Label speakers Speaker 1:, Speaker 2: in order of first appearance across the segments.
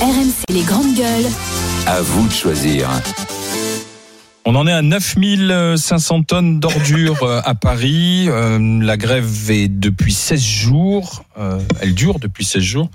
Speaker 1: RMC les grandes gueules.
Speaker 2: À vous de choisir.
Speaker 3: On en est à 9500 tonnes d'ordures euh, à Paris. Euh, la grève est depuis 16 jours. Euh, elle dure depuis 16 jours.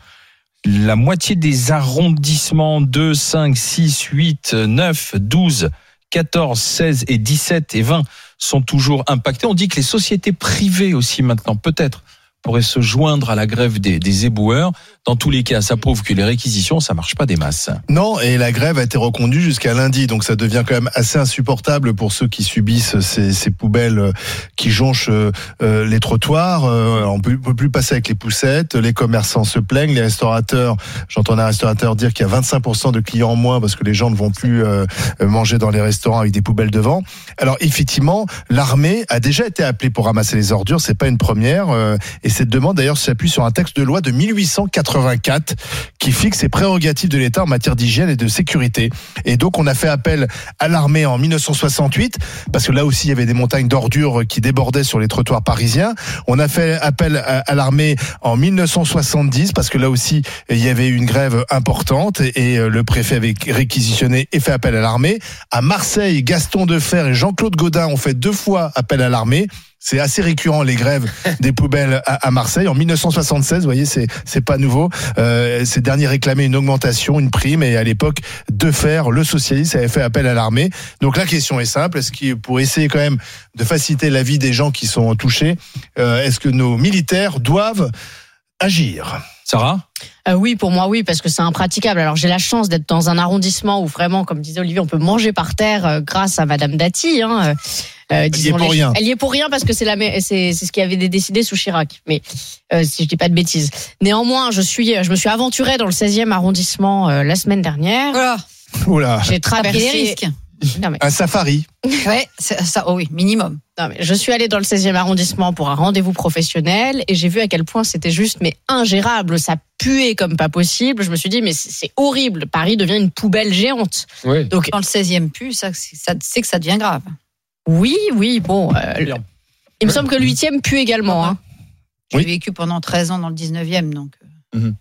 Speaker 3: La moitié des arrondissements 2, 5, 6, 8, 9, 12, 14, 16 et 17 et 20 sont toujours impactés. On dit que les sociétés privées aussi maintenant, peut-être, pourraient se joindre à la grève des, des éboueurs. Dans tous les cas, ça prouve que les réquisitions, ça marche pas des masses.
Speaker 4: Non, et la grève a été reconduite jusqu'à lundi, donc ça devient quand même assez insupportable pour ceux qui subissent ces, ces poubelles euh, qui jonchent euh, euh, les trottoirs. Euh, on peut, peut plus passer avec les poussettes, les commerçants se plaignent, les restaurateurs, j'entends un restaurateur dire qu'il y a 25% de clients en moins parce que les gens ne vont plus euh, manger dans les restaurants avec des poubelles devant. Alors effectivement, l'armée a déjà été appelée pour ramasser les ordures, c'est pas une première, euh, et cette demande d'ailleurs s'appuie sur un texte de loi de 1884 qui fixe les prérogatives de l'État en matière d'hygiène et de sécurité. Et donc on a fait appel à l'armée en 1968 parce que là aussi il y avait des montagnes d'ordures qui débordaient sur les trottoirs parisiens. On a fait appel à, à l'armée en 1970 parce que là aussi il y avait eu une grève importante et, et, euh, le préfet avait réquisitionné et fait appel à l'armée. À Marseille, Gaston Defer et Jean-Claude Godin ont fait deux fois appel à l'armée. C'est assez récurrent les grèves des poubelles à, à Marseille. En 1976, vous voyez, c'est c'est pas nouveau. Euh, ces derniers réclamaient une augmentation, une prime, et à l'époque, Defer, le socialiste, avait fait appel à l'armée. Donc la question est simple est-ce que pour essayer quand même de faciliter la vie des gens qui sont touchés, euh, est-ce que nos militaires doivent agir
Speaker 3: Sarah
Speaker 5: Euh, oui, pour moi, oui, parce que c'est impraticable. Alors, j'ai la chance d'être dans un arrondissement où vraiment, comme disait Olivier, on peut manger par terre euh, grâce à Madame Dati. Hein, euh, euh,
Speaker 4: y est
Speaker 5: disons
Speaker 4: pour
Speaker 5: les-
Speaker 4: rien.
Speaker 5: Elle y est pour rien parce que c'est la, mé- c'est, c'est ce qui avait été décidé sous Chirac. Mais euh, si je dis pas de bêtises. Néanmoins, je suis, je me suis aventurée dans le 16e arrondissement euh, la semaine dernière.
Speaker 6: Voilà,
Speaker 4: Oula,
Speaker 5: J'ai traversé.
Speaker 6: pris des risques.
Speaker 5: Non, mais-
Speaker 4: un safari.
Speaker 6: Ouais, c'est- ça, oh oui, minimum.
Speaker 5: Non, mais je suis allée dans le 16e arrondissement pour un rendez-vous professionnel et j'ai vu à quel point c'était juste mais ingérable, ça puait comme pas possible. Je me suis dit mais c'est c'est horrible, Paris devient une poubelle géante.
Speaker 7: Oui.
Speaker 5: Donc
Speaker 6: Quand le 16e pue, ça, c'est- ça c'est que ça devient grave.
Speaker 5: oui, oui, bon, euh, le- il me semble que le 8e pue également. hein.
Speaker 6: J'ai
Speaker 4: Oui.
Speaker 6: vécu pendant 13 ans dans le 19e, donc. euh,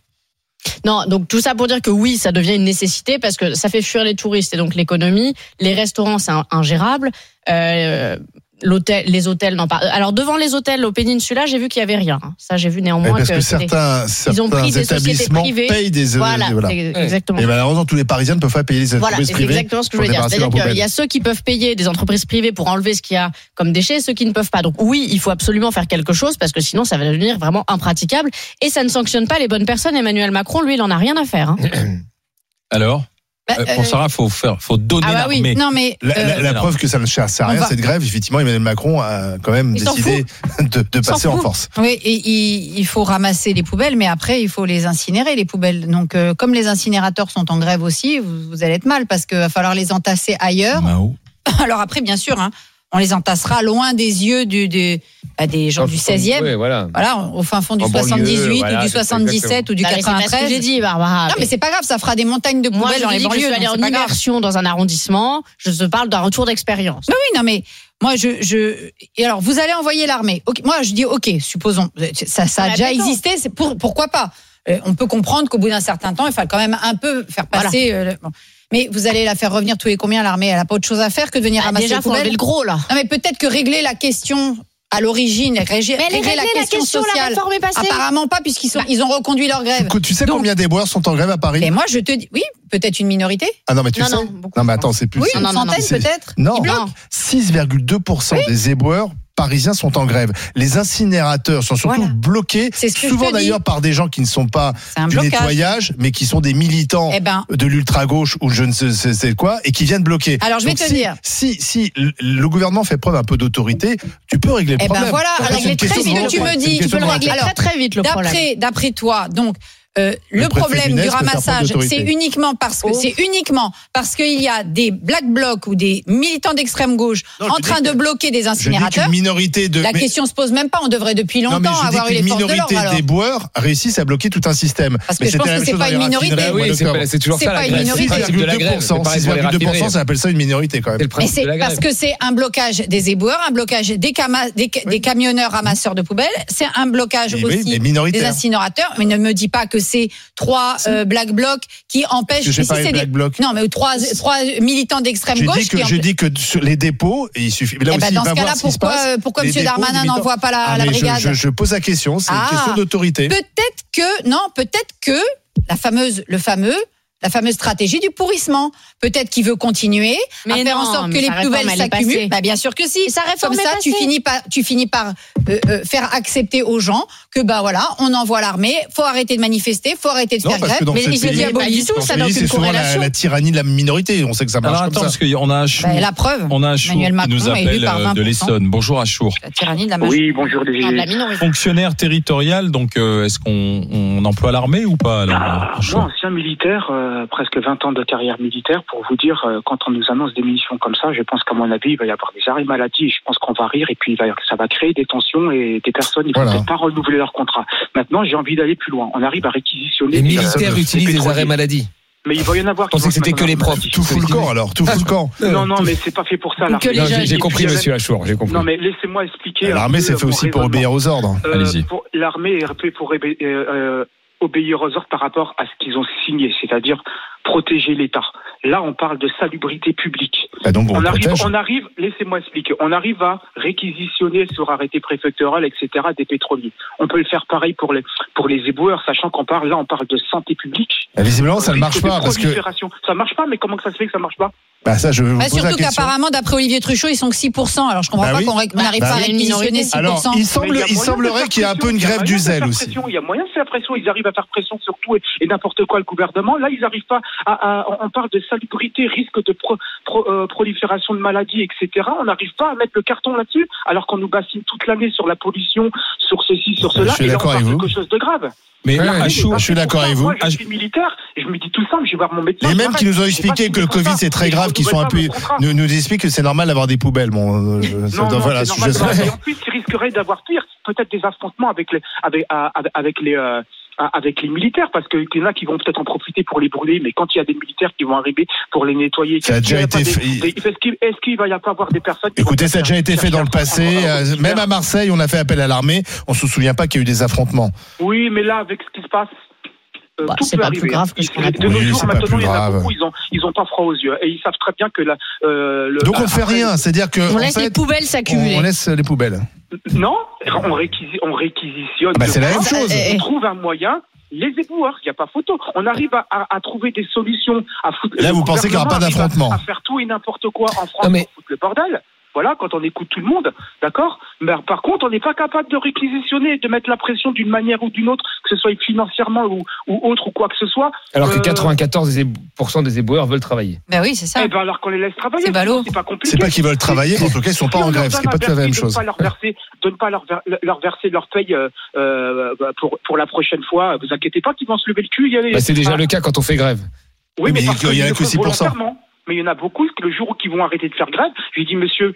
Speaker 5: Non, donc tout ça pour dire que oui, ça devient une nécessité parce que ça fait fuir les touristes et donc l'économie. Les restaurants, c'est in- ingérable. Euh, L'hôtel, les hôtels n'en parlent. Alors devant les hôtels au péninsula, j'ai vu qu'il y avait rien. hein. Ça, j'ai vu
Speaker 4: Eh,
Speaker 5: néanmoins
Speaker 4: parce que,
Speaker 5: c'était-
Speaker 4: certains,
Speaker 5: Ils ont
Speaker 4: certains
Speaker 5: pris des sociétés
Speaker 4: établissements
Speaker 5: privées.
Speaker 4: payent des euh,
Speaker 5: Voilà,
Speaker 4: voilà.
Speaker 5: c'est exactement.
Speaker 4: Et malheureusement, tous les Parisiens ne peuvent pas payer les
Speaker 5: Voilà,
Speaker 4: entreprises
Speaker 5: c'est
Speaker 4: privées.
Speaker 5: exactement ce que je
Speaker 4: pour
Speaker 5: veux dire.
Speaker 4: débarrasser
Speaker 5: C'est-à-dire
Speaker 4: leurs
Speaker 5: qu'il y a ceux qui peuvent payer des entreprises privées pour enlever ce qu'il y a comme déchets, et ceux qui ne peuvent pas. Donc oui, il faut absolument faire quelque chose parce que sinon ça va devenir vraiment impraticable et ça ne sanctionne pas les bonnes personnes. Emmanuel Macron, lui, il en a rien à faire. hein.
Speaker 3: Alors,
Speaker 6: bah,
Speaker 3: euh, pour
Speaker 6: euh,
Speaker 3: Sarah, faut faire, faut donner
Speaker 5: Ah bah oui,
Speaker 3: l'armée.
Speaker 6: non, mais.
Speaker 4: La,
Speaker 6: euh,
Speaker 4: la- la
Speaker 3: alors.
Speaker 4: preuve que ça ne sert à
Speaker 6: On
Speaker 4: rien,
Speaker 6: va-
Speaker 4: cette grève, effectivement, Emmanuel Macron a quand même
Speaker 5: Il s'en
Speaker 4: décidé de, de
Speaker 5: s'en
Speaker 4: passer en
Speaker 5: fout.
Speaker 4: force.
Speaker 6: Oui, et il, il faut ramasser les poubelles, mais après, il faut les incinérer, les poubelles. Donc, euh, comme les incinérateurs sont en grève aussi, vous, vous allez être mal parce qu'il va falloir les entasser ailleurs.
Speaker 3: Mao.
Speaker 6: Alors, après, bien sûr, hein, on les entassera loin des yeux du, du- bah, des gens du 16e.
Speaker 7: Oui, voilà.
Speaker 6: Voilà, au fin fond du
Speaker 7: En banlieue,
Speaker 6: 78
Speaker 7: voilà,
Speaker 6: ou
Speaker 7: c'est
Speaker 6: du
Speaker 7: ça,
Speaker 6: 77 ou du
Speaker 5: Non, mais c'est pas ce que
Speaker 6: 93.
Speaker 5: J'ai dit Barbara.
Speaker 6: Non, mais c'est pas grave, ça fera des montagnes de
Speaker 5: Ah, moi,
Speaker 6: poubelles
Speaker 5: je
Speaker 6: dans
Speaker 5: te
Speaker 6: les
Speaker 5: dis que je
Speaker 6: banlieues.
Speaker 5: suis allée
Speaker 6: donc
Speaker 5: en
Speaker 6: c'est pas grave. Ah
Speaker 5: immersion dans un arrondissement. Je te parle d'un retour d'expérience.
Speaker 6: Oui, non, mais moi, je, je. Et alors, vous allez envoyer l'armée. Ok, Moi, je dis, ok, supposons, euh, ça, ça a
Speaker 5: Ah,
Speaker 6: déjà
Speaker 5: mettons.
Speaker 6: existé. C'est pour, pourquoi pas Euh, On peut comprendre qu'au bout d'un certain temps, il fallait quand même un peu faire passer. euh, le- bon. Mais vous allez la faire revenir tous les combien l'armée Elle a pas autre chose à faire que de venir
Speaker 5: Ah,
Speaker 6: ramasser
Speaker 5: déjà,
Speaker 6: les
Speaker 5: faut enlever
Speaker 6: poubelles.
Speaker 5: le gros là.
Speaker 6: Non, mais peut-être que régler la question à l'origine, régler,
Speaker 5: Mais elle est
Speaker 6: régler la,
Speaker 5: réglée,
Speaker 6: question
Speaker 5: la
Speaker 6: sociale.
Speaker 5: réforme est passée.
Speaker 6: Apparemment pas, puisqu'ils
Speaker 5: Bah.
Speaker 6: sont, ils ont reconduit leur grève.
Speaker 4: Écoute, tu sais
Speaker 6: Eh ben, Donc-
Speaker 4: combien des boires sont en grève à Paris
Speaker 6: Mais moi, je te dis, oui, peut-être une minorité.
Speaker 4: Ah non, mais tu
Speaker 5: Non,
Speaker 4: sais.
Speaker 5: non, beaucoup,
Speaker 4: mais
Speaker 5: je
Speaker 4: attends, c'est plus.
Speaker 6: Oui,
Speaker 5: Non,
Speaker 6: une
Speaker 5: non, non, non,
Speaker 6: centaine
Speaker 4: c'est-
Speaker 6: peut-être.
Speaker 4: Non,
Speaker 5: Ils bloquent.
Speaker 4: 6,2% des éboueurs parisiens sont en grève. Les incinérateurs sont surtout
Speaker 6: Voilà.
Speaker 4: bloqués,
Speaker 6: C'est ce que je
Speaker 4: souvent
Speaker 6: te dis.
Speaker 4: d'ailleurs par des gens qui ne sont pas
Speaker 6: C'est un
Speaker 4: du
Speaker 6: blocage.
Speaker 4: nettoyage, mais qui sont des militants
Speaker 6: Eh ben,
Speaker 4: de l'ultra-gauche ou je ne sais- sais sais quoi, et qui viennent bloquer.
Speaker 6: Alors, je vais
Speaker 4: Donc,
Speaker 6: te
Speaker 4: si,
Speaker 6: dire.
Speaker 4: Si, si le- le gouvernement fait preuve un peu d'autorité, tu peux régler le
Speaker 6: Eh ben
Speaker 4: problème.
Speaker 6: voilà,
Speaker 4: En fait,
Speaker 6: alors,
Speaker 4: c'est
Speaker 6: il
Speaker 4: une
Speaker 6: est très
Speaker 4: question
Speaker 6: vite
Speaker 4: de
Speaker 6: que tu
Speaker 4: droit.
Speaker 6: me dis,
Speaker 4: C'est une
Speaker 6: tu
Speaker 4: question
Speaker 5: peux
Speaker 4: de
Speaker 5: le
Speaker 4: droit.
Speaker 5: régler
Speaker 6: Alors,
Speaker 5: très très vite le problème.
Speaker 6: D'après, d'après toi, donc euh, le,
Speaker 4: Le préfet
Speaker 6: problème
Speaker 4: Nunez
Speaker 6: du
Speaker 4: peut faire preuve
Speaker 6: ramassage,
Speaker 4: d'autorité.
Speaker 6: c'est uniquement parce que
Speaker 5: Oh.
Speaker 6: c'est uniquement parce qu'il y a des black blocs ou des militants d'extrême gauche
Speaker 4: Non, je
Speaker 6: en
Speaker 4: dis
Speaker 6: train de
Speaker 4: que-
Speaker 6: bloquer des
Speaker 4: Je dis qu'une
Speaker 6: incinérateurs.
Speaker 4: minorité de.
Speaker 6: La
Speaker 4: mais-
Speaker 6: question se pose même pas. On devrait depuis
Speaker 4: Non, mais
Speaker 6: longtemps
Speaker 4: je dis
Speaker 6: avoir eu
Speaker 4: qu'une
Speaker 6: les forces de l'ordre.
Speaker 4: minorité
Speaker 6: Alors,
Speaker 4: des boueurs réussissent à bloquer tout un système.
Speaker 6: Parce que
Speaker 4: Mais
Speaker 6: je
Speaker 4: c'était la
Speaker 6: pense que
Speaker 4: même
Speaker 6: c'est
Speaker 4: chose
Speaker 6: pas
Speaker 4: dans les
Speaker 6: une minorité.
Speaker 4: raffineries,
Speaker 6: Bah
Speaker 4: au mois
Speaker 7: Eh oui, c'est
Speaker 4: d'octobre.
Speaker 7: pas- c'est toujours
Speaker 6: C'est
Speaker 7: ça
Speaker 6: pas
Speaker 7: la
Speaker 6: une
Speaker 7: grève. C'est le
Speaker 6: minorité.
Speaker 7: principe de la grève. C'est
Speaker 4: 6,2%,
Speaker 7: pareil pour les raffineries.
Speaker 4: 6,2%, ça appelle ça une minorité quand même.
Speaker 7: C'est
Speaker 6: mais
Speaker 7: le principe
Speaker 6: c'est
Speaker 7: de la grève.
Speaker 6: parce que c'est un blocage des éboueurs, un blocage des, cama- des, ca- des camionneurs ramasseurs de poubelles, c'est un blocage
Speaker 4: Et oui,
Speaker 6: aussi
Speaker 4: des
Speaker 6: des
Speaker 4: minoritaires.
Speaker 6: incinérateurs. Mais ne me dis pas que ces trois euh, black blocs qui empêchent.
Speaker 4: J'ai
Speaker 6: mais si
Speaker 4: parlé
Speaker 6: c'est
Speaker 4: de
Speaker 6: des-
Speaker 4: Black Bloc.
Speaker 6: Non, mais trois, trois militants d'extrême
Speaker 4: J'ai
Speaker 6: gauche
Speaker 4: dit que,
Speaker 6: qui
Speaker 4: j'ai
Speaker 6: empêchent-
Speaker 4: dit que sur les dépôts, et il suffit. mais Là
Speaker 6: Eh ben,
Speaker 4: aussi,
Speaker 6: dans
Speaker 4: il va
Speaker 6: ce
Speaker 4: voir
Speaker 6: cas-là,
Speaker 4: ce qui se
Speaker 6: pourquoi,
Speaker 4: passe.
Speaker 6: euh, pourquoi
Speaker 4: Les
Speaker 6: M.
Speaker 4: dépôts,
Speaker 6: Darmanin
Speaker 4: les militants.
Speaker 6: n'envoie pas la,
Speaker 4: Ah,
Speaker 6: la
Speaker 4: mais je-
Speaker 6: brigade
Speaker 4: je, je pose la question, c'est
Speaker 6: Ah.
Speaker 4: une question d'autorité.
Speaker 6: Peut-être que non, peut-être que la fameuse, le fameux. La fameuse stratégie du pourrissement. Peut-être qu'il veut continuer à
Speaker 5: Mais
Speaker 6: faire en
Speaker 5: non,
Speaker 6: sorte que
Speaker 5: mais
Speaker 6: les
Speaker 5: sa réforme,
Speaker 6: poubelles
Speaker 5: elle est passée.
Speaker 6: s'accumulent. Bah, bien sûr que si.
Speaker 5: Sa réforme
Speaker 6: Comme
Speaker 5: est
Speaker 6: ça, tu
Speaker 5: passée.
Speaker 6: finis par, tu finis par euh, euh, faire accepter aux gens que bah voilà, on envoie l'armée, faut arrêter de manifester, faut arrêter de
Speaker 4: Non,
Speaker 6: faire
Speaker 4: parce que
Speaker 6: grève.
Speaker 4: dans
Speaker 5: Mais
Speaker 4: ce
Speaker 5: il s'est
Speaker 4: pays,
Speaker 5: dit, ah, bah, du tout,
Speaker 4: dans ce
Speaker 5: ça n'a
Speaker 4: pays, c'est
Speaker 5: aucune
Speaker 4: souvent la,
Speaker 5: corrélation.
Speaker 4: la tyrannie de la minorité. On sait que ça marche
Speaker 3: Alors attends,
Speaker 4: comme
Speaker 3: parce
Speaker 4: ça.
Speaker 3: qu'on a Achour
Speaker 6: Bah, la preuve,
Speaker 3: on a Achour
Speaker 6: Emmanuel
Speaker 3: qui nous
Speaker 6: Macron est élu
Speaker 3: appelle
Speaker 6: par
Speaker 3: euh, de
Speaker 6: 20%.
Speaker 3: l'essonne. Bonjour Achour.
Speaker 6: la tyrannie de la majorité.
Speaker 1: Oui, bonjour les
Speaker 5: Non, de Ah, la minorité.
Speaker 3: Fonctionnaire territorial, donc euh, est-ce qu'on on emploie l'armée ou pas
Speaker 7: Ah,
Speaker 3: alors, euh,
Speaker 1: Je suis
Speaker 3: Achour
Speaker 1: ancien militaire, euh, presque 20 ans de carrière militaire, pour vous dire, euh, quand on nous annonce des missions comme ça, je pense qu'à mon avis, il va y avoir des arrêts maladie, je pense qu'on va rire, et puis il va- ça va créer des tensions, et des personnes, ils ne
Speaker 4: Voilà.
Speaker 1: peuvent pas renouveler leur contrat. Maintenant, j'ai envie d'aller plus loin. On arrive à réquisitionner...
Speaker 7: Les
Speaker 1: des-
Speaker 7: militaires
Speaker 1: euh,
Speaker 7: utilisent les
Speaker 1: pétroliers.
Speaker 7: arrêts maladie.
Speaker 1: Mais il va y en avoir... qui
Speaker 7: Pensez
Speaker 1: vont
Speaker 7: que c'était
Speaker 1: se
Speaker 7: que les
Speaker 1: mettre en
Speaker 7: profs.
Speaker 1: maladie.
Speaker 4: Tout fout le camp alors, tout fout le camp.
Speaker 1: Non, non, mais c'est pas fait pour ça.
Speaker 5: Ou que
Speaker 1: l'armée.
Speaker 5: les
Speaker 7: Non,
Speaker 5: jeunes.
Speaker 7: j'ai- J'ai
Speaker 1: Et
Speaker 7: compris,
Speaker 1: puis, euh,
Speaker 7: monsieur Achour, j'ai compris.
Speaker 1: Non, mais laissez-moi expliquer...
Speaker 4: L'armée,
Speaker 1: un
Speaker 4: c'est
Speaker 1: peu
Speaker 4: fait
Speaker 1: mon
Speaker 4: aussi pour
Speaker 1: raisonnement.
Speaker 4: obéir aux ordres.
Speaker 1: Euh,
Speaker 3: Allez-y.
Speaker 1: pour- L'armée est rappelée pour obé- euh, euh, obéir aux ordres par rapport à ce qu'ils ont signé, c'est-à-dire protéger l'État. Là, on parle de salubrité publique.
Speaker 4: Bah donc, on,
Speaker 1: on arrive,
Speaker 4: protège.
Speaker 1: on arrive, laissez-moi expliquer, on arrive à réquisitionner sur arrêté préfectoral, etc., des pétroliers. On peut le faire pareil pour les, pour les éboueurs, sachant qu'on parle, là, on parle de santé publique.
Speaker 4: Bah, visiblement, ça ne
Speaker 1: Risque
Speaker 4: marche
Speaker 1: de
Speaker 4: pas parce que.
Speaker 1: prolifération. Ça marche pas, mais comment que ça se fait que ça marche pas
Speaker 4: Bah, ça, je vais vous
Speaker 6: Bah,
Speaker 4: pose la
Speaker 6: surtout
Speaker 4: question.
Speaker 6: qu'apparemment, d'après Olivier Truchot, ils sont que 6%. Alors, je comprends
Speaker 4: Bah
Speaker 6: pas
Speaker 4: oui.
Speaker 6: qu'on ré- qu'on n'arrive
Speaker 4: Bah
Speaker 6: pas à
Speaker 5: oui.
Speaker 6: réquisitionner 6%.
Speaker 4: Alors, il, semble,
Speaker 1: Mais y a
Speaker 4: il
Speaker 1: moyen de
Speaker 4: semblerait
Speaker 1: faire
Speaker 4: qu'il y a un
Speaker 1: pression,
Speaker 4: peu une
Speaker 1: il y a
Speaker 4: grève
Speaker 1: moyen
Speaker 4: du
Speaker 1: de
Speaker 4: zèle
Speaker 1: faire
Speaker 4: aussi.
Speaker 1: pression, Il y a moyen de faire pression, ils arrivent à faire pression sur tout et, et n'importe quoi le gouvernement. Là, ils n'arrivent pas à, à- on- On parle de salubrité, risque de pro- pro- euh, prolifération de maladies, etc. On n'arrive pas à mettre le carton là-dessus, alors qu'on nous bassine toute l'année sur la pollution, sur ceci, sur
Speaker 4: Je
Speaker 1: cela.
Speaker 4: suis
Speaker 1: et là,
Speaker 4: d'accord
Speaker 1: on parle
Speaker 4: avec
Speaker 1: de
Speaker 4: vous.
Speaker 1: quelque chose de grave.
Speaker 3: Mais
Speaker 4: Ouais,
Speaker 3: là,
Speaker 4: ouais.
Speaker 3: Achour,
Speaker 4: je suis d'accord avec vous.
Speaker 1: Moi, je suis militaire, et je me dis tout simple, je vais voir mon médecin.
Speaker 4: Les mêmes
Speaker 1: j'arrête.
Speaker 4: qui nous ont
Speaker 1: J'ai pas
Speaker 4: expliqué
Speaker 1: signé
Speaker 4: que le
Speaker 1: de contrat,
Speaker 4: Covid c'est très
Speaker 1: et je
Speaker 4: grave, qui
Speaker 1: renouvelle
Speaker 4: sont
Speaker 1: pas
Speaker 4: un peu,
Speaker 1: mon contrat.
Speaker 4: nous, nous expliquent que c'est normal d'avoir des poubelles. Bon, euh, je- ça-
Speaker 1: Non, non,
Speaker 4: voilà,
Speaker 1: c'est
Speaker 4: ce sujet-
Speaker 1: normal, c'est normal. Et en plus, il risquerait d'avoir pire, peut-être des affrontements avec les, avec, à- avec- avec les, euh, à- avec les militaires, parce que- qu'il y en a qui vont peut-être en profiter pour les brûler, mais quand il y a des militaires qui vont arriver pour les nettoyer,
Speaker 4: Ça a
Speaker 1: qu'est-ce qu'il
Speaker 4: déjà
Speaker 1: y pas
Speaker 4: été
Speaker 1: des-
Speaker 4: fait.
Speaker 1: des- est-ce qu'il est-ce qu'il va y avoir pas des personnes qui
Speaker 4: Écoutez,
Speaker 1: vont
Speaker 4: ça a déjà été fait dans le passé.
Speaker 1: chercher à
Speaker 4: euh,
Speaker 1: prendre
Speaker 4: Même à Marseille, on a fait appel à l'armée. On se souvient pas qu'il y a eu des affrontements.
Speaker 1: Oui, mais là, avec ce qui se passe. euh,
Speaker 5: Bah,
Speaker 1: tout
Speaker 5: c'est
Speaker 1: peut
Speaker 5: pas
Speaker 1: arriver.
Speaker 5: plus grave que ce qu'on a
Speaker 1: De nos
Speaker 4: connu. Oui,
Speaker 1: jours,
Speaker 4: c'est pas
Speaker 1: maintenant,
Speaker 4: plus
Speaker 1: il y en a
Speaker 4: grave.
Speaker 1: beaucoup, ils ont, ils ont pas froid aux yeux. Et ils savent très bien que la, euh, le-
Speaker 4: Donc on fait
Speaker 1: après,
Speaker 4: rien, c'est-à-dire que
Speaker 5: On
Speaker 4: en
Speaker 5: laisse les
Speaker 4: fait,
Speaker 5: poubelles
Speaker 4: on on
Speaker 5: s'accumuler. Bah,
Speaker 4: laisse les poubelles.
Speaker 1: Non, on, réquisi- on réquisitionne.
Speaker 4: Bah, c'est la même
Speaker 5: chose.
Speaker 1: On trouve un moyen. Les éboueurs, il n'y a pas photo. On arrive à, à- à trouver des solutions. À foutre,
Speaker 4: Là,
Speaker 1: le
Speaker 4: vous pensez qu'il y aura
Speaker 1: gouvernement
Speaker 4: pas
Speaker 1: arrive
Speaker 4: d'affrontement.
Speaker 1: À, à faire tout et n'importe quoi en France
Speaker 7: Non, mais-
Speaker 1: pour foutre le bordel. Voilà, quand on écoute tout le monde, d'accord Mais par contre, on n'est pas capable de réquisitionner, de mettre la pression d'une manière ou d'une autre, que ce soit financièrement ou, ou autre ou quoi que ce soit.
Speaker 7: Alors que
Speaker 1: Euh,
Speaker 7: 94% des éboueurs veulent travailler.
Speaker 6: Bah oui, c'est ça.
Speaker 1: Eh ben, alors qu'on les laisse travailler.
Speaker 6: C'est ballot.
Speaker 1: C'est pas compliqué.
Speaker 4: C'est pas qu'ils veulent travailler, mais en tout cas ils sont pas
Speaker 1: Si on
Speaker 4: en
Speaker 1: leur
Speaker 4: grève, ce qui est
Speaker 1: donne
Speaker 4: pas tout à la
Speaker 1: un
Speaker 4: même
Speaker 1: verset,
Speaker 4: chose.
Speaker 1: De ne pas leur verser, de ne pas leur, ver- leur verser leur paye euh, euh, bah, pour, pour la prochaine fois. Vous inquiétez pas qu'ils vont se lever le cul. Il y a les-
Speaker 7: Bah, c'est déjà
Speaker 1: Ah,
Speaker 7: le cas quand on fait grève.
Speaker 1: Oui, mais,
Speaker 4: Mais
Speaker 1: parce
Speaker 4: il y en a
Speaker 1: qu'ils
Speaker 4: que
Speaker 1: le font
Speaker 4: 6%.
Speaker 1: volontairement. Mais il y en a beaucoup que le jour où ils vont arrêter de faire grève, je lui dis, monsieur.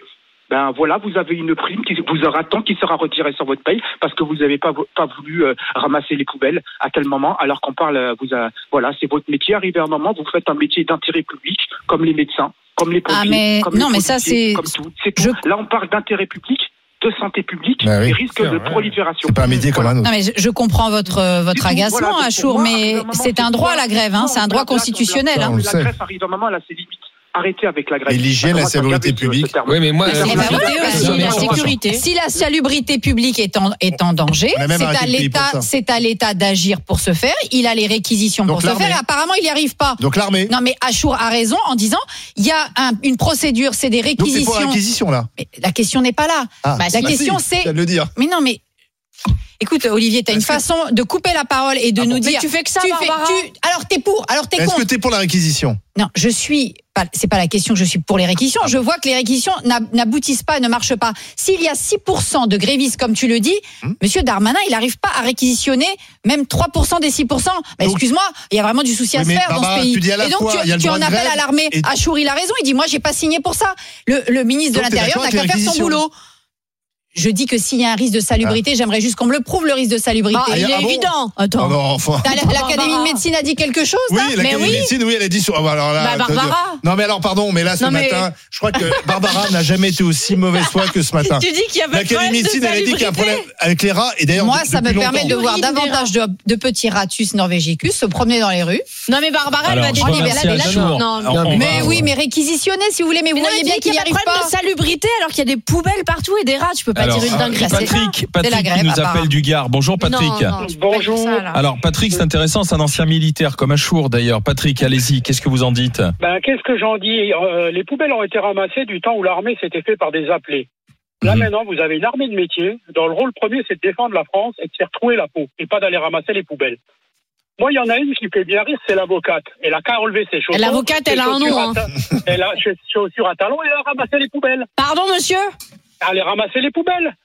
Speaker 1: Ben voilà, vous avez une prime qui vous aura tant qui sera retirée sur votre paye parce que vous n'avez pas, vo- pas voulu euh, ramasser les poubelles à tel moment, alors qu'on parle, euh, vous a- voilà, c'est votre métier. Arrivé un moment, vous faites un métier d'intérêt public, comme les médecins, comme les
Speaker 6: Ah,
Speaker 1: pompiers,
Speaker 6: mais-
Speaker 1: comme les
Speaker 6: non, mais ça,
Speaker 1: policiers,
Speaker 6: c'est-
Speaker 1: comme tout. C'est tout. Là, on parle d'intérêt public, de santé publique
Speaker 4: Bah oui,
Speaker 1: et risque
Speaker 7: c'est
Speaker 1: de
Speaker 7: vrai.
Speaker 1: prolifération.
Speaker 4: C'est pas un métier comme un autre.
Speaker 6: Non, mais je, je comprends votre, euh, votre
Speaker 1: Voilà, donc
Speaker 6: agacement,
Speaker 1: pour
Speaker 6: Achour,
Speaker 1: moi,
Speaker 6: mais
Speaker 1: à moment,
Speaker 6: c'est un droit, la grève, hein,
Speaker 1: Non,
Speaker 6: c'est un droit
Speaker 1: la grève,
Speaker 6: constitutionnel.
Speaker 4: on
Speaker 6: hein.
Speaker 4: le
Speaker 1: La
Speaker 4: sait.
Speaker 1: grève arrive à un moment, là, c'est limite. Arrêtez avec la grève.
Speaker 4: Et l'hygiène,
Speaker 1: Ça
Speaker 4: la
Speaker 1: commence à
Speaker 4: salubrité
Speaker 1: me gaver, ce- ce
Speaker 4: public.
Speaker 1: terme.
Speaker 7: Oui, mais moi,
Speaker 6: Eh
Speaker 7: euh,
Speaker 6: ben
Speaker 7: c'est-
Speaker 6: voilà,
Speaker 7: c'est-
Speaker 6: aussi,
Speaker 7: c'est-
Speaker 6: la
Speaker 5: sécurité.
Speaker 6: Si la salubrité publique est en, est en danger,
Speaker 4: On a même
Speaker 6: c'est
Speaker 4: arrêté
Speaker 6: à
Speaker 4: le pays
Speaker 6: l'État,
Speaker 4: pour ça.
Speaker 6: c'est à l'État d'agir pour ce faire. Il a les réquisitions
Speaker 4: Donc
Speaker 6: pour ce
Speaker 4: l'armée.
Speaker 6: faire et apparemment il n'y arrive pas.
Speaker 4: Donc l'armée.
Speaker 6: Non mais Achour a raison en disant il y a un- une procédure, c'est des
Speaker 4: Donc c'est pour
Speaker 6: réquisitions.
Speaker 4: l'acquisition là.
Speaker 6: Mais la question n'est pas là.
Speaker 4: Ah,
Speaker 5: Bah,
Speaker 4: si.
Speaker 6: La question
Speaker 4: si,
Speaker 6: c'est-
Speaker 4: je viens de le dire.
Speaker 6: Mais non mais écoute Olivier, tu as une façon de couper la parole et de nous
Speaker 5: Ah Mais
Speaker 6: dire
Speaker 5: tu fais que ça,
Speaker 6: tu fais-
Speaker 5: Barbara
Speaker 6: tu- alors t'es pour, alors t'es
Speaker 4: Est-ce
Speaker 6: contre.
Speaker 4: que t'es pour la réquisition
Speaker 6: Non, je suis pas. C'est pas la question. que Je suis pour les réquisitions. Je vois que les réquisitions n'ab- n'aboutissent pas, ne marchent pas. S'il y a 6% de grévistes, comme tu le dis,
Speaker 4: Hmm.
Speaker 6: Monsieur Darmanin, il n'arrive pas à réquisitionner même 3% des 6%. Bah,
Speaker 4: Donc-
Speaker 6: excuse-moi, il y a vraiment du souci à
Speaker 4: Oui,
Speaker 6: se
Speaker 4: mais
Speaker 6: faire
Speaker 4: Barbara,
Speaker 6: dans ce pays.
Speaker 4: tu dis à la
Speaker 6: et donc
Speaker 4: fois, il
Speaker 6: tu,
Speaker 4: y a le
Speaker 6: tu
Speaker 4: droit
Speaker 6: en
Speaker 4: de
Speaker 6: appelles
Speaker 4: grève
Speaker 6: à l'armée.
Speaker 4: et-
Speaker 6: Achour, il a raison. Il dit moi, j'ai pas signé pour ça. Le, le ministre
Speaker 4: Donc,
Speaker 6: de
Speaker 4: t'es
Speaker 6: l'Intérieur
Speaker 4: d'accord
Speaker 6: n'a
Speaker 4: avec
Speaker 6: qu'à
Speaker 4: les
Speaker 6: faire
Speaker 4: réquisitions
Speaker 6: son boulot. Je dis que s'il y a un risque de salubrité, j'aimerais juste qu'on me le prouve le risque de salubrité.
Speaker 5: Ah, il
Speaker 4: ah
Speaker 5: est
Speaker 4: bon
Speaker 5: évident. Attends.
Speaker 4: Oh non, enfin.
Speaker 6: T'as l- L'Académie de médecine a dit quelque chose
Speaker 4: Oui,
Speaker 6: là
Speaker 4: la
Speaker 5: Mais
Speaker 4: Académie de
Speaker 5: oui.
Speaker 4: médecine, oui, elle a dit sur. ah, bah, alors là,
Speaker 5: Bah,
Speaker 4: attends,
Speaker 5: Barbara.
Speaker 4: je- Non, mais alors, pardon, mais là, ce
Speaker 5: Non, mais-
Speaker 4: matin, je crois que Barbara n'a jamais été aussi mauvaise foi que ce matin.
Speaker 5: Tu dis qu'il y a pas de
Speaker 4: L'Académie
Speaker 5: problème
Speaker 4: de
Speaker 5: de
Speaker 4: médecine, elle a dit qu'il y a un
Speaker 5: salubrité.
Speaker 4: problème avec les rats. Et d'ailleurs,
Speaker 6: Moi,
Speaker 4: de-
Speaker 6: ça me
Speaker 4: depuis
Speaker 6: permet de
Speaker 4: longtemps.
Speaker 6: voir
Speaker 5: Oui, des
Speaker 6: davantage de, de petits ratus norvégicus se promener dans les rues.
Speaker 5: Non mais Barbara, elle
Speaker 3: Alors,
Speaker 5: va
Speaker 3: je
Speaker 5: déconner.
Speaker 3: remercie
Speaker 5: Là, là,
Speaker 3: Agenor.
Speaker 5: non,
Speaker 3: Alors, on
Speaker 6: Mais
Speaker 3: va-
Speaker 6: oui, mais réquisitionner si vous voulez, mais vous
Speaker 5: Mais non,
Speaker 6: voyez
Speaker 5: il
Speaker 6: bien
Speaker 5: dit qu'il
Speaker 6: qu'il n'y
Speaker 5: y a pas de
Speaker 6: arrive
Speaker 5: problème
Speaker 6: pas.
Speaker 5: de salubrité alors qu'il y a des poubelles partout et des rats. Tu peux pas
Speaker 3: Alors,
Speaker 5: dire une dinguerie. c'est ça.
Speaker 3: Patrick,
Speaker 6: la
Speaker 3: Patrick
Speaker 6: grève,
Speaker 3: qui nous
Speaker 6: apparemment.
Speaker 3: appelle du Gard. Bonjour
Speaker 5: Mais non,
Speaker 3: Patrick.
Speaker 5: non, tu peux pas dire
Speaker 1: Bonjour.
Speaker 5: ça, là.
Speaker 3: Alors Patrick, c'est intéressant, c'est un ancien militaire comme Achour d'ailleurs. Patrick, allez-y, qu'est-ce que vous en dites
Speaker 8: Ben, qu'est-ce que j'en dis Euh, Les poubelles ont été ramassées du temps où l'armée s'était fait par des appelés. Là
Speaker 3: Mhm.
Speaker 8: maintenant, vous avez une armée de métiers dont le rôle premier, c'est de défendre la France et de faire trouer la peau, et pas d'aller ramasser les poubelles. Moi, il y en a une qui me fait bien rire, c'est l'avocate. Elle a qu'à enlever ses chaussures.
Speaker 5: L'avocate,
Speaker 8: ses
Speaker 5: elle a un
Speaker 8: chaussures
Speaker 5: nom,
Speaker 8: à
Speaker 5: hein.
Speaker 8: ta- Elle a ses chaussures à talons et elle a ramassé les poubelles.
Speaker 5: Pardon, monsieur.
Speaker 8: Allez ramasser les poubelles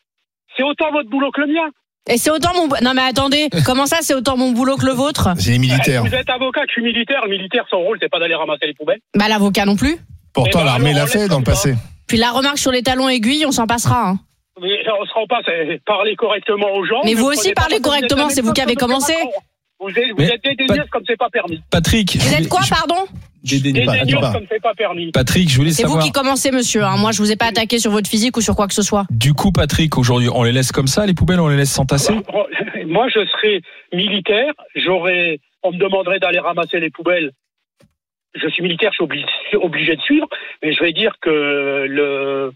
Speaker 8: C'est autant votre boulot que le mien.
Speaker 5: Et c'est autant mon. Non mais attendez, comment ça, c'est autant mon boulot que le vôtre
Speaker 4: C'est les militaires.
Speaker 8: Vous êtes avocat, je suis militaire. Le militaire, son rôle, c'est pas d'aller ramasser les poubelles.
Speaker 5: Bah l'avocat non plus.
Speaker 4: Pourtant,
Speaker 8: Eh ben,
Speaker 4: l'armée
Speaker 8: alors,
Speaker 4: l'a
Speaker 8: on
Speaker 4: fait
Speaker 8: laisse
Speaker 4: dans le
Speaker 8: comme
Speaker 4: passé.
Speaker 5: Puis la remarque sur les talons aiguilles, on s'en passera. hein.
Speaker 8: Mais on se rend pas, c'est parler correctement aux gens.
Speaker 5: Mais vous
Speaker 8: Ne
Speaker 5: aussi
Speaker 8: prenez pas
Speaker 5: parlez
Speaker 8: parce que êtes
Speaker 5: correctement,
Speaker 8: la
Speaker 5: c'est
Speaker 8: même
Speaker 5: vous qui
Speaker 8: chose
Speaker 5: avez
Speaker 8: que
Speaker 5: commencé.
Speaker 8: Macron. Vous êtes, vous
Speaker 3: Mais
Speaker 8: êtes dédaigneuse comme c'est pas permis.
Speaker 3: Patrick,
Speaker 5: Vous
Speaker 3: je
Speaker 5: êtes
Speaker 3: voulais-
Speaker 5: quoi,
Speaker 3: je-
Speaker 5: pardon
Speaker 3: je dédaigne pas.
Speaker 4: Dédaigne.
Speaker 8: Dédaigneuse
Speaker 4: pas.
Speaker 8: comme c'est pas permis.
Speaker 3: Patrick, je voulais
Speaker 5: C'est vous
Speaker 3: savoir.
Speaker 5: qui commencez, monsieur. hein. Moi, je vous ai pas attaqué sur votre physique ou sur quoi que ce soit.
Speaker 3: Du coup, Patrick, aujourd'hui, on les laisse comme ça, les poubelles, on les laisse s'entasser
Speaker 8: Ah, Moi, je serais militaire. J'aurais, on me demanderait d'aller ramasser les poubelles. Je suis militaire, je suis obligé, obligé de suivre, mais je vais dire que le,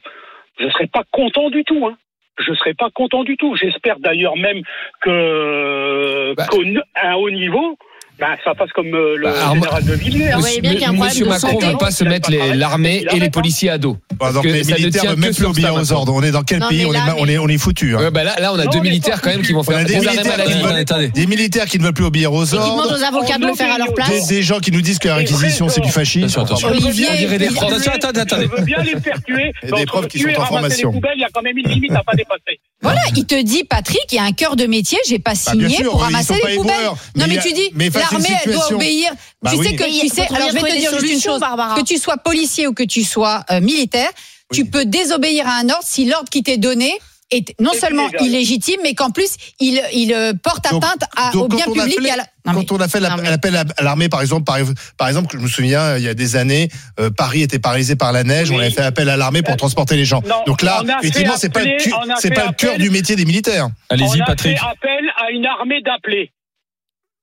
Speaker 8: je serais pas content du tout. Hein. Je serais pas content du tout. J'espère d'ailleurs même que
Speaker 7: Bah.
Speaker 8: qu'un haut niveau, bah, ça passe comme euh, le
Speaker 7: Bah, alors,
Speaker 8: général de Villiers. hein.
Speaker 5: Vous voyez bien qu'il y a un
Speaker 7: M-
Speaker 5: problème
Speaker 7: Monsieur
Speaker 5: de
Speaker 7: Macron
Speaker 5: santé.
Speaker 7: ne veut pas se
Speaker 8: Il a
Speaker 7: mettre
Speaker 8: pas
Speaker 7: les-
Speaker 8: travaillé,
Speaker 7: l'armée
Speaker 8: il a
Speaker 7: et les
Speaker 8: raison.
Speaker 7: policiers à dos.
Speaker 4: Par exemple,
Speaker 7: que
Speaker 4: les
Speaker 7: ça ne
Speaker 4: militaires
Speaker 7: tient
Speaker 4: ne
Speaker 7: que
Speaker 4: même plus
Speaker 7: sur ça,
Speaker 4: obéir aux
Speaker 7: maintenant.
Speaker 4: ordres. On est dans quel
Speaker 5: Non,
Speaker 4: pays
Speaker 5: mais
Speaker 4: on, est
Speaker 5: là,
Speaker 4: ma- on est, on est foutu. hein.
Speaker 7: Ouais, bah là, là, on a
Speaker 8: Non,
Speaker 7: deux
Speaker 8: mais
Speaker 7: militaires quand même qui vont
Speaker 4: On a
Speaker 7: faire
Speaker 4: des
Speaker 7: des arrêts
Speaker 4: militaires qui
Speaker 7: maladie.
Speaker 4: veulent-
Speaker 3: Attendez, Euh, attendez.
Speaker 4: Des militaires qui ne veulent plus obéir aux
Speaker 5: Et qui demande
Speaker 4: ordres.
Speaker 5: aux avocats de le faire à leur place.
Speaker 4: Des, des gens qui nous disent que la réquisition c'est du fascisme.
Speaker 3: Attention, attention.
Speaker 6: Olivier,
Speaker 7: On dirait des
Speaker 6: il-
Speaker 7: Français.
Speaker 3: Attention, attendez, attendez.
Speaker 8: Je veux bien les faire tuer.
Speaker 4: Et
Speaker 8: mais
Speaker 4: des
Speaker 8: entre
Speaker 4: profs qui
Speaker 8: tuer
Speaker 4: sont en
Speaker 8: et ramasser
Speaker 4: formation.
Speaker 8: Les poubelles, il y a quand même une limite à pas dépasser.
Speaker 6: Voilà, il te dit, Patrick, il y a un cœur de métier, j'ai pas
Speaker 4: Bah, bien
Speaker 6: signé
Speaker 4: sûr,
Speaker 6: pour
Speaker 4: ils
Speaker 6: ramasser
Speaker 4: sont pas
Speaker 6: les poubelles.
Speaker 4: éboueurs, mais
Speaker 6: non,
Speaker 4: il
Speaker 6: mais
Speaker 4: y a-
Speaker 6: tu dis,
Speaker 4: mais face à une
Speaker 6: l'armée, elle doit
Speaker 4: situation.
Speaker 6: obéir.
Speaker 4: Bah
Speaker 6: tu
Speaker 4: oui.
Speaker 6: sais que,
Speaker 5: Mais
Speaker 6: tu sais,
Speaker 5: faut
Speaker 6: alors je vais
Speaker 5: trouver
Speaker 6: te
Speaker 5: des
Speaker 6: dire juste une
Speaker 5: solutions,
Speaker 6: chose.
Speaker 5: Barbara.
Speaker 6: Que tu sois policier ou que tu sois euh, militaire, tu peux désobéir à un ordre si l'ordre qui t'est donné est non
Speaker 8: C'est
Speaker 6: seulement
Speaker 8: illégal.
Speaker 6: illégitime, mais qu'en plus, il, il euh, porte
Speaker 4: Donc-
Speaker 6: atteinte à-
Speaker 4: donc
Speaker 6: au bien
Speaker 4: quand on
Speaker 6: public
Speaker 4: appelait-
Speaker 6: et à la... Non, mais-
Speaker 4: Quand on a fait
Speaker 5: non, mais-
Speaker 4: l'appel à l'armée, par exemple, par, par exemple, que je me souviens, il y a des années, euh, Paris était paralysé par la neige, on
Speaker 8: Oui.
Speaker 4: avait fait appel à l'armée pour
Speaker 8: Euh,
Speaker 4: transporter les gens.
Speaker 8: non,
Speaker 4: Donc là,
Speaker 8: on a fait
Speaker 4: effectivement, c'est pas le,
Speaker 8: appeler-
Speaker 4: cu-
Speaker 8: on a
Speaker 4: c'est
Speaker 8: fait
Speaker 4: pas le cœur
Speaker 8: appel-
Speaker 4: du métier des militaires.
Speaker 3: Allez-y,
Speaker 8: on a
Speaker 3: Patrick.
Speaker 8: fait appel à une armée d'appelés.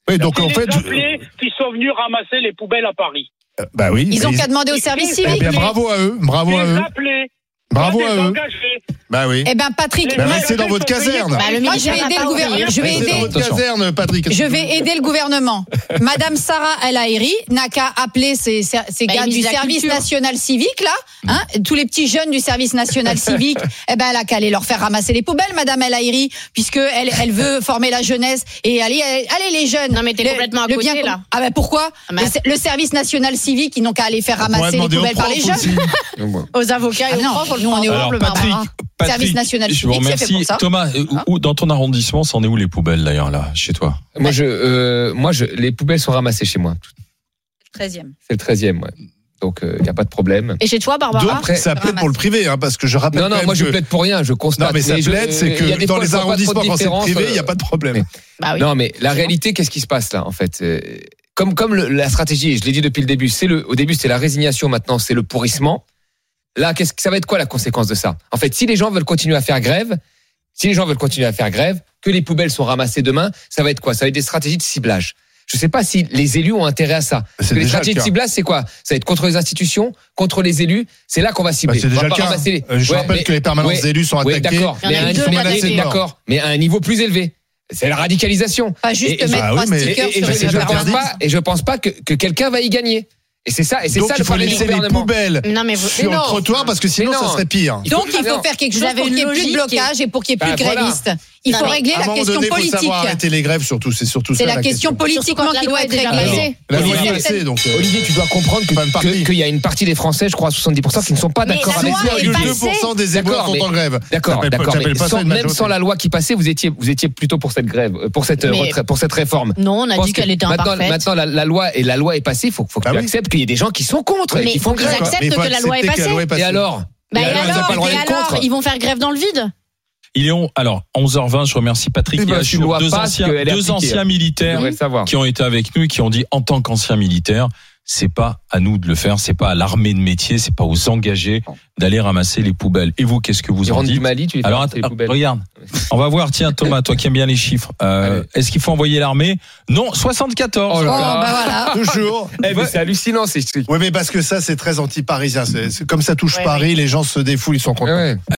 Speaker 4: Oui, donc
Speaker 8: C'est
Speaker 4: en
Speaker 8: les
Speaker 4: fait,
Speaker 8: appelés qui sont venus ramasser les poubelles à Paris.
Speaker 4: euh, bah oui.
Speaker 6: Ils
Speaker 4: mais
Speaker 6: ont qu'à demander au service
Speaker 4: eh
Speaker 6: civique.
Speaker 4: bien, bravo à eux, bravo à
Speaker 8: les
Speaker 4: eux,
Speaker 8: appelés.
Speaker 4: Ah, euh, bravo
Speaker 8: pas
Speaker 4: à
Speaker 8: des
Speaker 4: eux.
Speaker 8: engagés.
Speaker 4: Bah oui.
Speaker 6: Eh ben, Patrick,
Speaker 8: Les
Speaker 4: Bah,
Speaker 6: moi,
Speaker 8: engagés
Speaker 4: restez dans
Speaker 8: sont
Speaker 4: votre
Speaker 8: payés
Speaker 4: caserne.
Speaker 8: par-
Speaker 5: Bah, le
Speaker 6: moi, je vais
Speaker 5: militaire n'a
Speaker 6: aider le
Speaker 5: pas
Speaker 6: gouvernement.
Speaker 5: obéi.
Speaker 6: Je vais
Speaker 4: Restez dans
Speaker 6: aider.
Speaker 4: votre caserne, Patrick.
Speaker 6: Je vais aider le gouvernement. Madame Sarah El Haïry n'a qu'à appeler ces, ces ces
Speaker 5: Bah,
Speaker 6: gars
Speaker 5: ministre
Speaker 6: du
Speaker 5: de la
Speaker 6: service
Speaker 5: Culture.
Speaker 6: national civique, là, hein, tous les petits jeunes du service national civique, eh ben, elle a qu'à aller leur faire ramasser les poubelles, Madame El Haïry, puisque elle, elle veut former la jeunesse et aller, allez les jeunes.
Speaker 5: Non, mais t'es
Speaker 6: Le-
Speaker 5: complètement à
Speaker 6: le
Speaker 5: côté,
Speaker 6: bien-
Speaker 5: là.
Speaker 6: Ah, ben, pourquoi?
Speaker 5: Ah, mais-
Speaker 6: Le, le service national civique, ils n'ont qu'à aller faire
Speaker 4: On va
Speaker 6: ramasser les
Speaker 4: demander aux
Speaker 6: poubelles par les
Speaker 4: profs
Speaker 6: jeunes.
Speaker 4: aussi.
Speaker 7: Donc, bon.
Speaker 5: Aux avocats et
Speaker 6: Ah
Speaker 5: aux
Speaker 6: non,
Speaker 5: profs, on le
Speaker 6: nous, on hein.
Speaker 5: prend
Speaker 6: est au
Speaker 5: ensemble,
Speaker 3: Alors, Patrick,
Speaker 5: Barbara.
Speaker 3: Patrick,
Speaker 6: Service national
Speaker 3: je vous
Speaker 6: civique, c'est fait
Speaker 3: remercie.
Speaker 6: pour ça.
Speaker 3: Thomas, euh, où-
Speaker 6: Hein
Speaker 3: où- dans ton arrondissement, c'en est où les poubelles d'ailleurs, là, chez toi
Speaker 7: Moi, je, euh, moi, je, les poubelles sont ramassées chez moi.
Speaker 6: 13e.
Speaker 7: C'est le 13e, ouais. Donc, il n'y a pas de problème.
Speaker 5: Et chez toi, Barbara
Speaker 4: Donc, ça plaide pour le privé, hein, parce que je rappelle
Speaker 7: Ah, Non,
Speaker 4: quand
Speaker 7: non,
Speaker 4: même
Speaker 7: moi, je
Speaker 4: que-
Speaker 7: plaide pour rien, je constate.
Speaker 4: Non, mais ça
Speaker 7: je-
Speaker 4: plaide, c'est
Speaker 7: il y a
Speaker 4: que
Speaker 7: des
Speaker 4: dans
Speaker 7: fois,
Speaker 4: les
Speaker 7: je vois pas trop de
Speaker 4: arrondissements, quand c'est
Speaker 7: différence,
Speaker 4: privé,
Speaker 7: euh,
Speaker 4: il n'y a pas de problème.
Speaker 5: Bah oui.
Speaker 7: Non, mais la
Speaker 5: C'est
Speaker 7: réalité, qu'est-ce qui se passe là, en fait Euh, Comme, comme le- la stratégie, je l'ai dit depuis le début, c'est le, au début c'était la résignation, maintenant c'est le pourrissement. Là, qu'est-ce que ça va être quoi la conséquence de ça En fait, si les gens veulent continuer à faire grève, si les gens veulent continuer à faire grève, que les poubelles sont ramassées demain, ça va être quoi Ça va être des stratégies de ciblage. Je ne sais pas si les élus ont intérêt à ça. Parce
Speaker 4: Bah, C'est
Speaker 7: que les
Speaker 4: déjà
Speaker 7: stratégies
Speaker 4: le
Speaker 7: de
Speaker 4: cas.
Speaker 7: ciblage, c'est quoi Ça va être contre les institutions, contre les élus. C'est là qu'on va
Speaker 4: Bah,
Speaker 7: cibler.
Speaker 4: c'est
Speaker 7: On
Speaker 4: déjà
Speaker 7: va
Speaker 4: le
Speaker 7: pas
Speaker 4: cas.
Speaker 7: ramasser les-
Speaker 4: Euh, Je
Speaker 7: Ouais,
Speaker 4: rappelle
Speaker 7: mais-
Speaker 4: que les permanences
Speaker 7: ouais.
Speaker 4: d'élus sont
Speaker 7: oui,
Speaker 4: attaquées.
Speaker 7: d'accord,
Speaker 5: Il y en
Speaker 7: mais,
Speaker 5: a
Speaker 7: à un-
Speaker 5: deux
Speaker 7: mais à un-
Speaker 5: menacés.
Speaker 7: d'accord, mais à un niveau plus élevé. C'est la radicalisation.
Speaker 6: Pas juste
Speaker 7: Et- et-
Speaker 6: mettre
Speaker 4: bah oui,
Speaker 6: trois
Speaker 4: mais-
Speaker 6: stickers
Speaker 7: Et, et- et
Speaker 6: sur
Speaker 7: je,
Speaker 6: une
Speaker 7: et je
Speaker 6: paire
Speaker 7: pense
Speaker 6: de-
Speaker 7: pas, et je pense pas que, que quelqu'un va y gagner. Et c'est ça, et c'est
Speaker 4: Donc
Speaker 7: ça
Speaker 4: il
Speaker 7: le
Speaker 4: faut
Speaker 7: problème du
Speaker 4: laisser les
Speaker 7: gouvernement.
Speaker 4: poubelles
Speaker 5: Non, mais vous-
Speaker 4: sur
Speaker 5: Mais
Speaker 4: le
Speaker 5: non.
Speaker 4: trottoir parce que sinon
Speaker 7: Mais
Speaker 4: ça
Speaker 7: non.
Speaker 4: serait pire.
Speaker 6: Donc il faut
Speaker 7: Alors,
Speaker 6: faire quelque chose
Speaker 5: J'avais
Speaker 6: pour qu'il
Speaker 5: une
Speaker 6: n'y ait plus de
Speaker 5: logique et-
Speaker 6: blocage et pour qu'il n'y ait plus
Speaker 7: Bah,
Speaker 6: de
Speaker 7: voilà.
Speaker 6: grévistes. Il
Speaker 5: Non,
Speaker 6: faut
Speaker 5: mais
Speaker 6: régler
Speaker 4: à un
Speaker 6: la
Speaker 4: moment
Speaker 6: question
Speaker 4: donné, faut
Speaker 6: politique.
Speaker 4: savoir arrêter les grèves surtout. C'est surtout
Speaker 6: C'est
Speaker 4: ça
Speaker 6: la question politiquement
Speaker 5: Surtout quand
Speaker 6: qui
Speaker 5: la
Speaker 6: doit
Speaker 5: loi
Speaker 6: être
Speaker 5: est déjà
Speaker 6: réglée.
Speaker 5: passée.
Speaker 4: La loi
Speaker 7: Olivier,
Speaker 4: est passée, donc. euh,
Speaker 7: Olivier, tu dois comprendre que-
Speaker 4: Pas une partie.
Speaker 7: que- qu'il y a une partie des Français, je crois 70%, qui ne sont pas
Speaker 5: Mais
Speaker 7: d'accord
Speaker 5: la
Speaker 7: avec
Speaker 5: loi
Speaker 7: ça.
Speaker 5: est passée.
Speaker 4: 2% des éboueurs
Speaker 7: D'accord,
Speaker 4: sont
Speaker 7: mais-
Speaker 4: en grève.
Speaker 7: D'accord,
Speaker 4: T'appelles pas-
Speaker 7: d'accord.
Speaker 4: t'appelles
Speaker 7: mais
Speaker 4: pas ça
Speaker 7: sans-
Speaker 4: une
Speaker 7: Même
Speaker 4: majorité.
Speaker 7: sans la loi qui passait, vous étiez, vous étiez plutôt pour cette grève, euh, pour cette, euh,
Speaker 5: Mais-
Speaker 7: retraite- pour cette réforme.
Speaker 5: Non, on a
Speaker 7: Je pense
Speaker 5: dit
Speaker 7: que
Speaker 5: qu'elle était
Speaker 7: maintenant,
Speaker 5: imparfaite.
Speaker 7: maintenant la, la loi et la loi est passée. Il faut, faut que
Speaker 4: Bah
Speaker 7: tu
Speaker 4: oui.
Speaker 7: acceptes qu'il y ait des gens qui sont contre, et
Speaker 5: Mais
Speaker 7: qui font
Speaker 5: faut qu'ils
Speaker 7: grève.
Speaker 5: acceptent
Speaker 4: Mais il faut
Speaker 5: que la loi est
Speaker 4: accepter que
Speaker 5: passée.
Speaker 7: Et alors
Speaker 5: Bah, et
Speaker 7: ils ont
Speaker 5: alors,
Speaker 7: pas le droit
Speaker 5: et
Speaker 7: d'être
Speaker 5: alors
Speaker 7: contre.
Speaker 5: ils vont faire grève dans le vide
Speaker 3: Il est on- alors 11h20. Je remercie Patrick
Speaker 7: Eh ben, tu
Speaker 3: Yachour,
Speaker 7: vois
Speaker 3: deux
Speaker 7: pas
Speaker 3: anciens,
Speaker 7: qu'elle est
Speaker 3: deux
Speaker 7: appliquée,
Speaker 3: anciens
Speaker 7: hein. Tu
Speaker 3: militaires
Speaker 7: devrais le savoir.
Speaker 3: qui ont été avec nous et qui ont dit en tant qu'anciens militaires, c'est pas à nous de le faire, c'est pas à l'armée de métier, c'est pas aux engagés d'aller ramasser les poubelles. Et vous, qu'est-ce que vous
Speaker 7: Ils
Speaker 3: en
Speaker 7: rentrent du
Speaker 3: dites
Speaker 7: Mali, tu les fais
Speaker 3: Alors
Speaker 7: rentrer les
Speaker 3: attends,
Speaker 7: poubelles.
Speaker 3: regarde, on va voir. Tiens Thomas, toi qui aimes bien les chiffres, euh,
Speaker 7: Allez.
Speaker 3: est-ce qu'il faut envoyer l'armée Non, 74.
Speaker 7: Oh là
Speaker 6: Bon,
Speaker 7: là.
Speaker 6: bah voilà.
Speaker 4: Toujours.
Speaker 5: bah.
Speaker 7: Eh, mais c'est hallucinant, ces trucs.
Speaker 4: Oui, mais parce que ça, c'est très anti-parisien. C'est- c'est- Comme ça touche
Speaker 5: Ouais,
Speaker 3: Eh
Speaker 4: Paris, les gens se défoulent, ils sont contents.
Speaker 7: Ouais.